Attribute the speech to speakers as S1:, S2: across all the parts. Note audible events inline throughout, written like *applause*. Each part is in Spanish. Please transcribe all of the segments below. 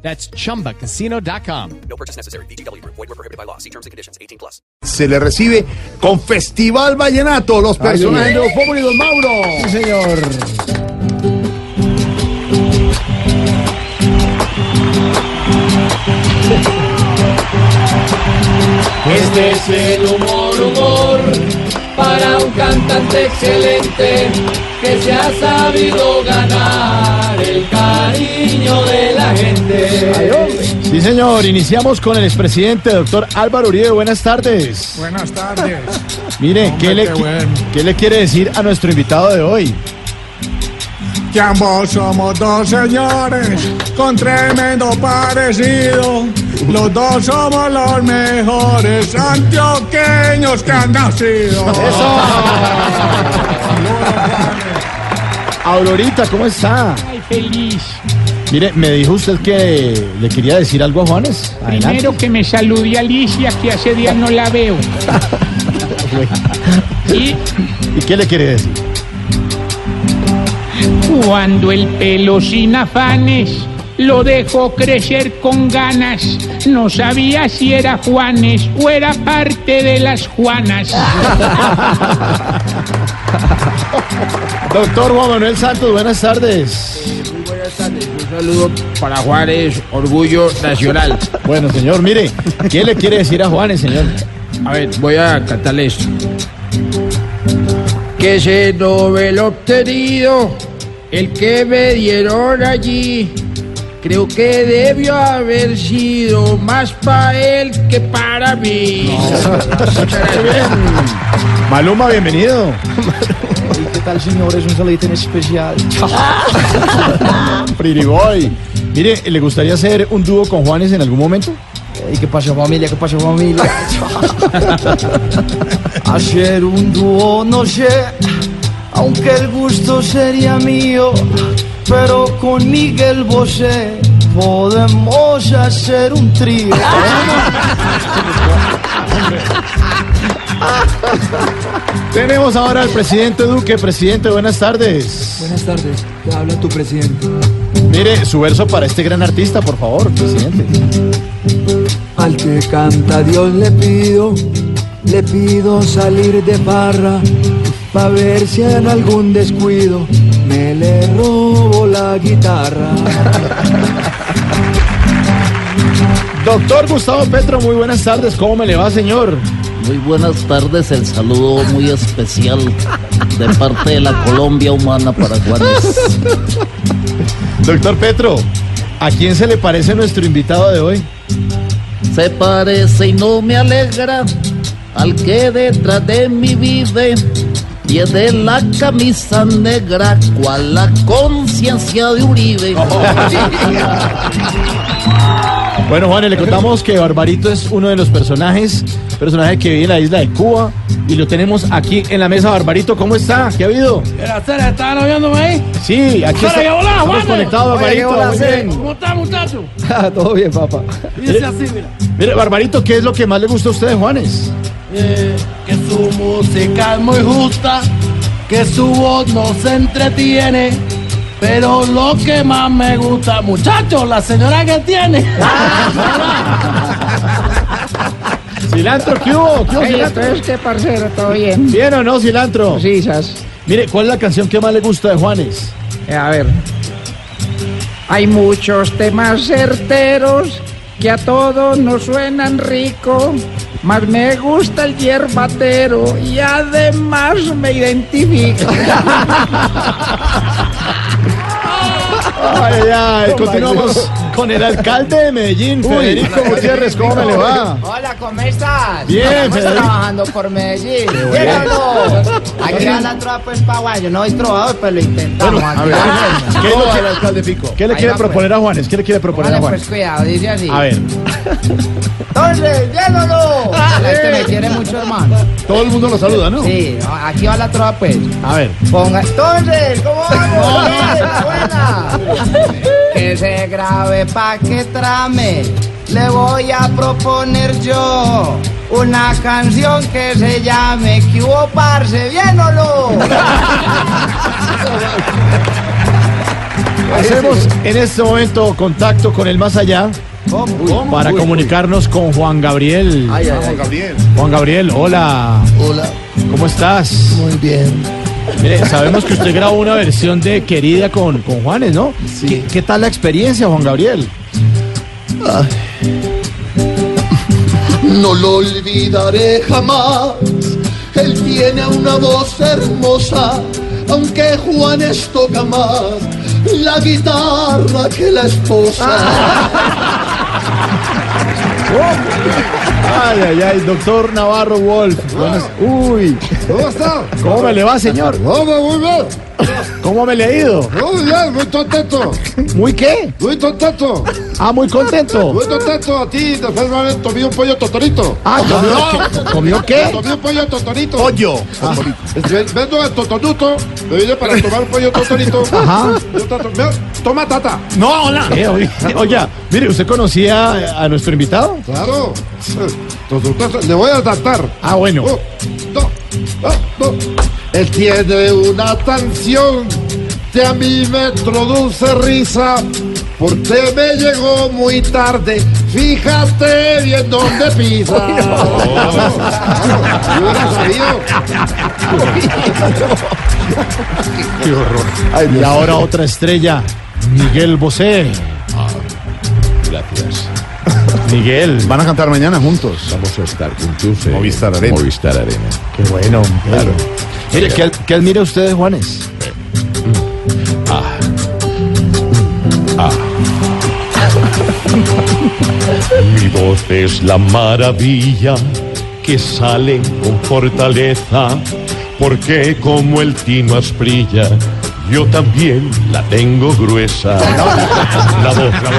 S1: That's chumbacasino.com.
S2: No purchase necessary. BGW. Void were prohibited by law. See terms and conditions. 18 plus.
S3: se le recibe con Festival Vallenato, los personajes de Voz Populi, don Mauro.
S4: señor.
S5: Este es el humor, humor para un cantante excelente que se ha sabido ganar el cariño de la gente.
S4: Sí, señor. Iniciamos con el expresidente, doctor Álvaro Uribe. Buenas tardes.
S6: Buenas tardes.
S4: Mire, ¿qué le,
S6: qué
S4: qui-
S6: bueno.
S4: ¿qué le quiere decir a nuestro invitado de hoy?
S6: Que ambos somos dos señores con tremendo parecido. Los dos somos los mejores antioqueños que han nacido.
S4: Aurorita, ¿cómo está?
S7: Ay, feliz.
S4: Mire, me dijo usted que le quería decir algo a Juanes. Adelante.
S7: Primero que me salude Alicia, que hace días no la veo. Y
S4: ¿Y qué le quiere decir?
S7: cuando el pelo sin afanes lo dejó crecer con ganas, no sabía si era Juanes o era parte de las Juanas.
S4: Doctor Juan Manuel Santos, buenas tardes.
S5: Un saludo para Juárez, orgullo nacional.
S4: Bueno, señor, mire, ¿qué le quiere decir a Juanes, señor?
S5: A ver, voy a cantarle esto. Que ese novel obtenido, el que me dieron allí, creo que debió haber sido más para él que para mí. Muchas gracias.
S4: Maluma, bienvenido.
S8: ¿Qué tal, señores? Un saludito en
S4: *laughs*
S8: especial.
S4: Pretty Boy. Mire, ¿le gustaría hacer un dúo con Juanes en algún momento?
S8: ¿Y qué pasó, familia? ¿Qué pasó, familia?
S4: *laughs*
S8: Hacer un dúo, no sé, aunque el gusto sería mío, pero con Miguel Bosé podemos hacer un trío.
S4: Tenemos ahora al presidente Duque. Presidente, buenas tardes.
S8: Buenas tardes, te habla tu presidente.
S4: Mire, su verso para este gran artista, por favor, presidente.
S8: Al que canta a Dios le pido, le pido salir de barra, pa' ver si en algún descuido me le robo la guitarra.
S4: Doctor Gustavo Petro, muy buenas tardes. ¿Cómo me le va, señor?
S9: Muy buenas tardes, el saludo muy especial de parte de la Colombia Humana para Juanes.
S4: Doctor Petro, ¿a quién se le parece nuestro invitado de hoy?
S9: Se parece y no me alegra al que detrás de mí vive y es de la camisa negra, cual la conciencia de Uribe.
S4: Bueno, Juanes, le contamos que Barbarito es uno de los personajes, personaje que vive en la isla de Cuba y lo tenemos aquí en la mesa. Barbarito, ¿cómo está? ¿Qué ha habido?
S5: ¿Estaban oyéndome ahí?
S4: Sí, aquí está.
S5: qué hola,
S4: Estamos
S5: Juanes.
S4: conectados,
S8: Oye, qué
S4: Barbarito.
S8: hola,
S4: Muy
S8: sí.
S4: bien.
S5: ¿Cómo está, muchacho?
S8: *laughs* Todo bien, papá.
S9: Eh,
S5: Dice así, mira.
S4: Mire, Barbarito, ¿qué es lo que más le gusta a usted de Juanes?
S9: Eh, que su música es muy justa, que su voz nos entretiene, pero lo que más me gusta, muchachos, la señora que tiene.
S4: Cilantro, ¿qué hubo? ¿Qué hubo, cilantro?
S7: Entonces, este parcero, todo bien.
S4: ¿Bien o no,
S10: Pues
S4: cilantro?
S7: Sí, sas.
S4: Mire, ¿cuál es la canción que más le gusta de Juanes?
S7: Eh, A ver. Hay muchos temas certeros que a todos nos suenan rico, mas me gusta el hierbatero y además me identifico.
S4: Ay, ay, continuamos con el alcalde de Medellín, Federico Gutiérrez. ¿Cómo me le va?
S10: Hola, ¿cómo estás?
S4: Bien,
S10: Estamos
S4: Federico.
S10: trabajando por Medellín. ¿Bien o no? Aquí va la trova, pues, pa' guayo. No soy trovador, pero lo intentamos.
S4: Bueno, a
S8: *laughs*
S10: Aquí
S4: ver,
S10: va.
S4: ¿qué es lo que-
S3: alcalde Pico.
S4: ¿Qué le
S10: Ahí
S4: quiere
S10: va, pues.
S4: proponer a Juanes? ¿Qué le quiere proponer a
S10: Póngale, pues,
S4: Juanes?
S10: cuidado, dice así.
S4: A ver,
S10: Entonces, ¿bien o no? La gente
S4: *laughs*
S10: me quiere mucho, hermano.
S4: todo el mundo lo saluda, ¿no?
S10: Sí, aquí va la trova, pues.
S4: A ver.
S10: Ponga. Entonces, ¿cómo vamos? Bien, buena. Que se grabe pa' que trame. Le voy a proponer yo una canción que se llame Que hubo parce, bien o no.
S4: Hacemos en este momento contacto con el más allá para comunicarnos con Juan Gabriel.
S3: Gabriel.
S4: Juan Gabriel, hola,
S9: Hola,
S4: ¿cómo estás?
S9: muy bien.
S4: Mire, sabemos que usted grabó una versión de Querida con, con Juanes, ¿no? ¿Qué, qué tal la experiencia, Juan Gabriel?
S9: No lo olvidaré jamás. Él tiene una voz hermosa, aunque Juanes toca más la guitarra que la esposa.
S4: Ay, ay, ay, doctor Navarro Wolf. Buenas- Uy,
S3: ¿Cómo está?
S4: Ah. ¿cómo me le va, señor?
S3: Hombre, muy bien.
S4: ¿Cómo me le ha ido?
S3: Muy bien, muy contento.
S4: ¿Muy qué?
S3: Muy contento.
S4: Ah, muy contento.
S3: Muy contento a ti. Después me han tomado un pollo totorito.
S4: Ah, ¿comió, ¿comió qué?
S3: Tomé un pollo totorito. Pollo.
S8: Ah.
S3: Vendo el totonuto. Me vine para tomar un pollo totorito.
S4: Ajá.
S3: Yo tato- vea, Toma tata.
S4: No, hola. oiga, mire, ¿usted conocía a- a nuestro invitado?
S3: Claro. Totonuto, Le voy a adaptar.
S4: Ah, bueno.
S3: Oh, no, ah, no. Él tiene una canción que a mí me introduce risa porque me llegó muy tarde. Fíjate bien dónde pisa. Yo hubiera sabido.
S4: y ahora otra estrella, Miguel Bosé. *laughs* gracias. Miguel.
S3: Van a cantar mañana juntos. Vamos a estar juntos. Movistar Arena. Movistar Arena.
S4: Qué bueno, claro. Mire, ¿qué, qué admira usted de Juanes?
S11: Mi voz es la maravilla que sale con fortaleza, porque como el tino asprilla, yo también la tengo gruesa. La voz, la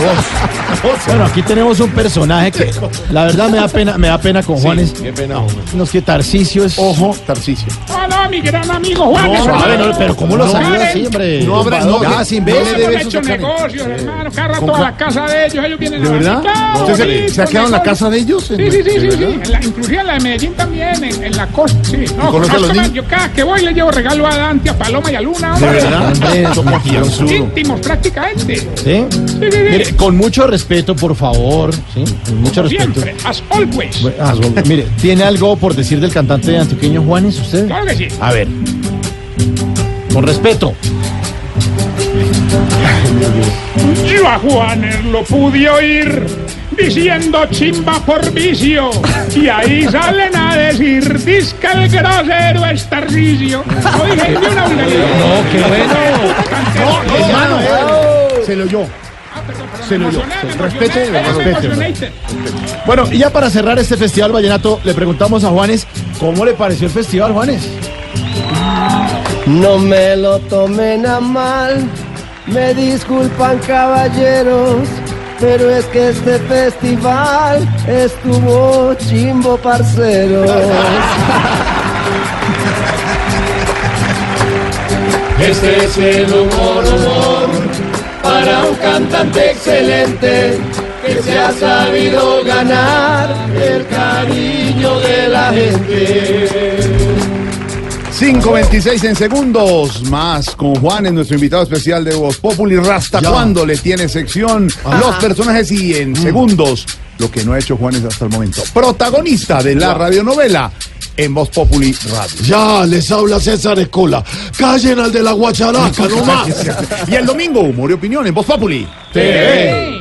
S11: voz,
S4: Bueno, aquí tenemos un personaje que la verdad me da pena, me da pena con Juanes.
S3: Qué pena,
S4: Nos que Tarcicio es.
S3: Ojo, Tarcicio.
S6: Hola, mi gran amigo Juan.
S4: No,
S6: hermano.
S4: suave, no, pero ¿cómo lo
S6: No,
S4: saluda
S6: Juanes,
S4: siempre?
S3: No habrá- no,
S4: Ya,
S3: que-
S4: sin
S3: no
S4: ver.
S3: le
S6: Hemos
S3: debe
S6: hecho negocios, hermano. Carra toda la casa de ellos. Ellos vienen
S4: ¿De
S6: a la
S4: verdad?
S6: Claro,
S4: ¿Usted se-
S6: sí,
S3: ¿Se ha
S6: con
S3: quedado en la
S6: negocios.
S3: casa de ellos?
S6: Sí, sí, sí, sí, sí. En la- inclusive en la de Medellín también, en, en la costa, sí. No,
S3: ¿Conoce a los
S6: conozco
S3: niños?
S6: más. yo cada que voy le llevo regalo a Dante, a Paloma y a Luna.
S4: De
S6: hombre.
S4: verdad, hombre,
S6: Íntimos prácticamente. Sí,
S4: ¿Sí?
S6: sí, sí.
S4: Mire, con mucho respeto, por favor. ¿sí? Con mucho respeto.
S6: Siempre, as always.
S4: Bueno, ah, bueno, Mire, ¿tiene algo por decir del cantante antioqueño Juanes usted?
S6: Claro que sí.
S4: A ver. Con respeto.
S6: Yo a Juanes lo pude oír diciendo chimba por vicio. Y ahí salen a decir, disca el grosero es Tarcisio. No dije ni una vulgaridad.
S4: No, qué bueno.
S6: No, no,
S4: Hermano,
S3: Se lo yo.
S6: se lo
S3: Respete, respete.
S4: Bueno, y ya para cerrar este festival vallenato, le preguntamos a Juanes, ¿cómo le pareció el festival, Juanes?
S7: No me lo tomen a mal, me disculpan caballeros, pero es que este festival estuvo chimbo parcero.
S11: Este es el humor, humor, para un cantante excelente que se ha sabido ganar el cariño de la gente.
S3: 5.26 en segundos, más con Juan, es nuestro invitado especial de Voz Populi Rasta,
S4: Ya.
S3: cuando le tiene sección los personajes y en
S11: Mm.
S3: segundos, lo que no ha hecho Juanes hasta el momento, protagonista de la radionovela en Voz Populi Radio.
S11: Ya les habla César Escola.
S3: *laughs*
S11: Callen al de la guacharaca, no más.
S3: Y el domingo, humor y opinión en Voz Populi.
S11: TV.